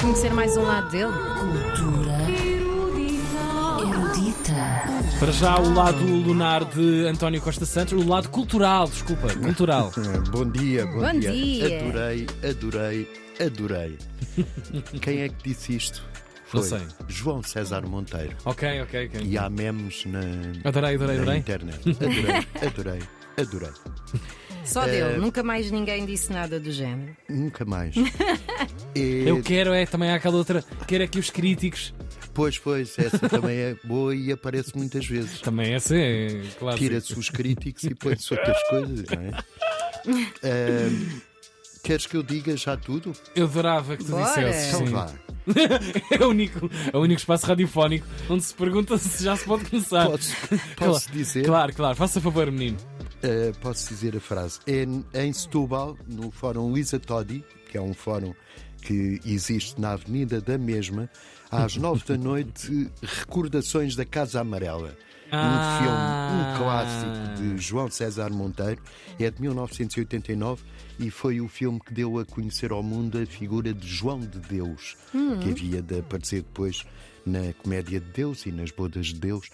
Conhecer mais um lado dele. Cultura erudita. Para já o lado lunar de António Costa Santos, o lado cultural, desculpa, cultural. é. Bom dia, bom, Bom dia. Adorei, adorei, adorei. Quem é que disse isto? Foi Não sei. João César Monteiro. ok, ok, ok. E há memes na, Adorei, adorei, na adorei. internet. Adorei, adorei, adorei. Só É. dele. Nunca mais ninguém disse nada do género. Nunca mais. E, Eu quero é também aquela outra, quero é que os críticos. Pois, pois, essa também é boa e aparece muitas vezes. Também essa é, claro. Tira-se os críticos e põe-se outras coisas, não é? Ahm, queres que eu diga já tudo? Eu adorava que tu Bora. dissesses. Então sim. vá. É o único, é o único espaço radiofónico onde se pergunta se já se pode começar. Posso, posso dizer? Ah, Claro, claro, faça favor, menino. Uh, posso dizer a frase. É n- em Setúbal, no Fórum Lisa Todi, que é um fórum que existe na Avenida da Mesma, às nove da noite, Recordações da Casa Amarela. Ah. Um filme, um clássico de João César Monteiro, é de 1989 e foi o filme que deu a conhecer ao mundo a figura de João de Deus, Hum. que havia de aparecer depois na Comédia de Deus e nas Bodas de Deus.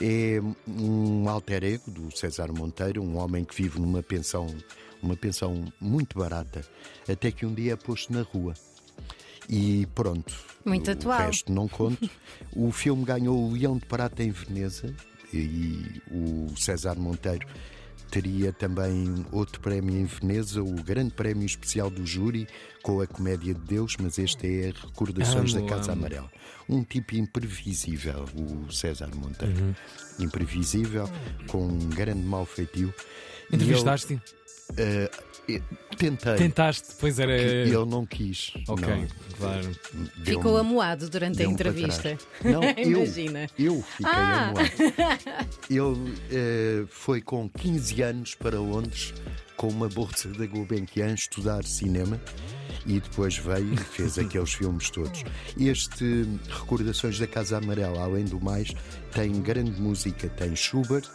É um alter ego do César Monteiro, um homem que vive numa pensão, uma pensão muito barata, até que um dia é posto na rua. E pronto. Muito o atual. resto não conto. o filme ganhou o Leão de Prata em Veneza e o César Monteiro teria também outro prémio em Veneza, o Grande Prémio Especial do Júri, com a Comédia de Deus, mas este é Recordações Amo, da Casa amo. Amarela. Um tipo imprevisível, o César Monteiro. Uhum. Imprevisível, com um grande mau feitio. E ele, Entrevistaste? eh, eh, tentei. Tentaste, pois era. E Ele não quis. Ok, não. claro. Deu-me- Ficou amoado durante a deu-me para entrevista. trás. Não, eu, Imagina. Eu fiquei Ah! amoado. Ele eh, foi com 15 anos para Londres com uma bolsa da Gulbenkian estudar cinema e depois veio e fez aqueles filmes todos. Este Recordações da Casa Amarela, além do mais, tem grande música. Tem Schubert,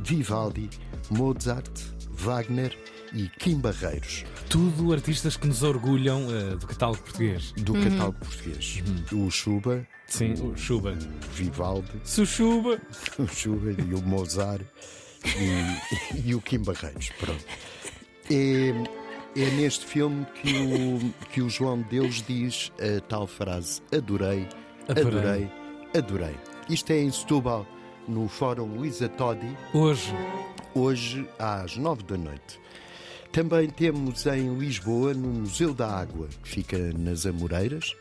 Vivaldi, Mozart, Wagner e Kim Barreiros. Tudo artistas que nos orgulham eh, do catálogo português. do Uhum. catálogo português. O Schubert, Sim, o Chuba. o Vivaldi, Sushuba. o Schubert e o Mozart e, e o Kim Barreiros. Pronto. É, é neste filme que o, que o João de Deus diz a tal frase: Adorei, Adorei. adorei, adorei. Isto é em Setúbal, no Fórum Luísa Todi, Hoje. hoje às nove da noite. Também temos em Lisboa, no Museu da Água, que fica nas Amoreiras,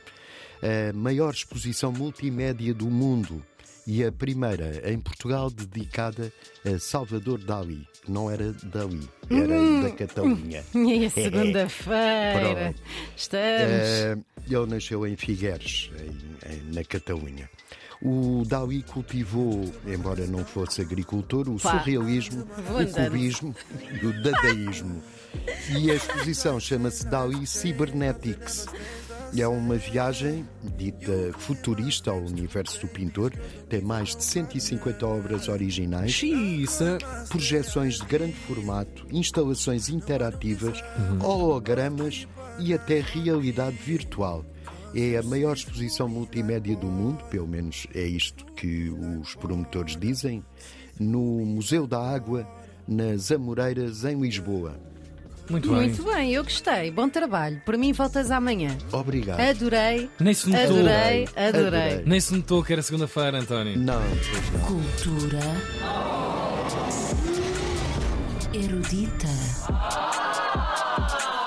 a maior exposição multimédia do mundo e a primeira em Portugal dedicada a Salvador Dali, que não era Dali, era da Catalunha. E a segunda-feira. Pronto. Estamos. Eh, ele nasceu em Figueres, em- em- na Catalunha. O Dali cultivou, embora não fosse agricultor, o Pá. surrealismo, Vou o andando. cubismo e o dadaísmo. E a exposição chama-se Dali Cybernetics. É uma viagem dita futurista ao universo do pintor. Tem mais de 150 obras originais Xiça. projeções de grande formato, instalações interativas, hologramas e até realidade virtual. É a maior exposição multimédia do mundo, pelo menos é isto que os promotores dizem, no Museu da Água, nas Amoreiras, em Lisboa. Muito, bem. Muito bem, eu gostei. Bom trabalho. Por mim, voltas amanhã. Obrigado. É- Adorei, Nem se notou. adorei, adorei. Adorei. Nem se notou que era segunda-feira, António. Não, pois não. Cultura erudita.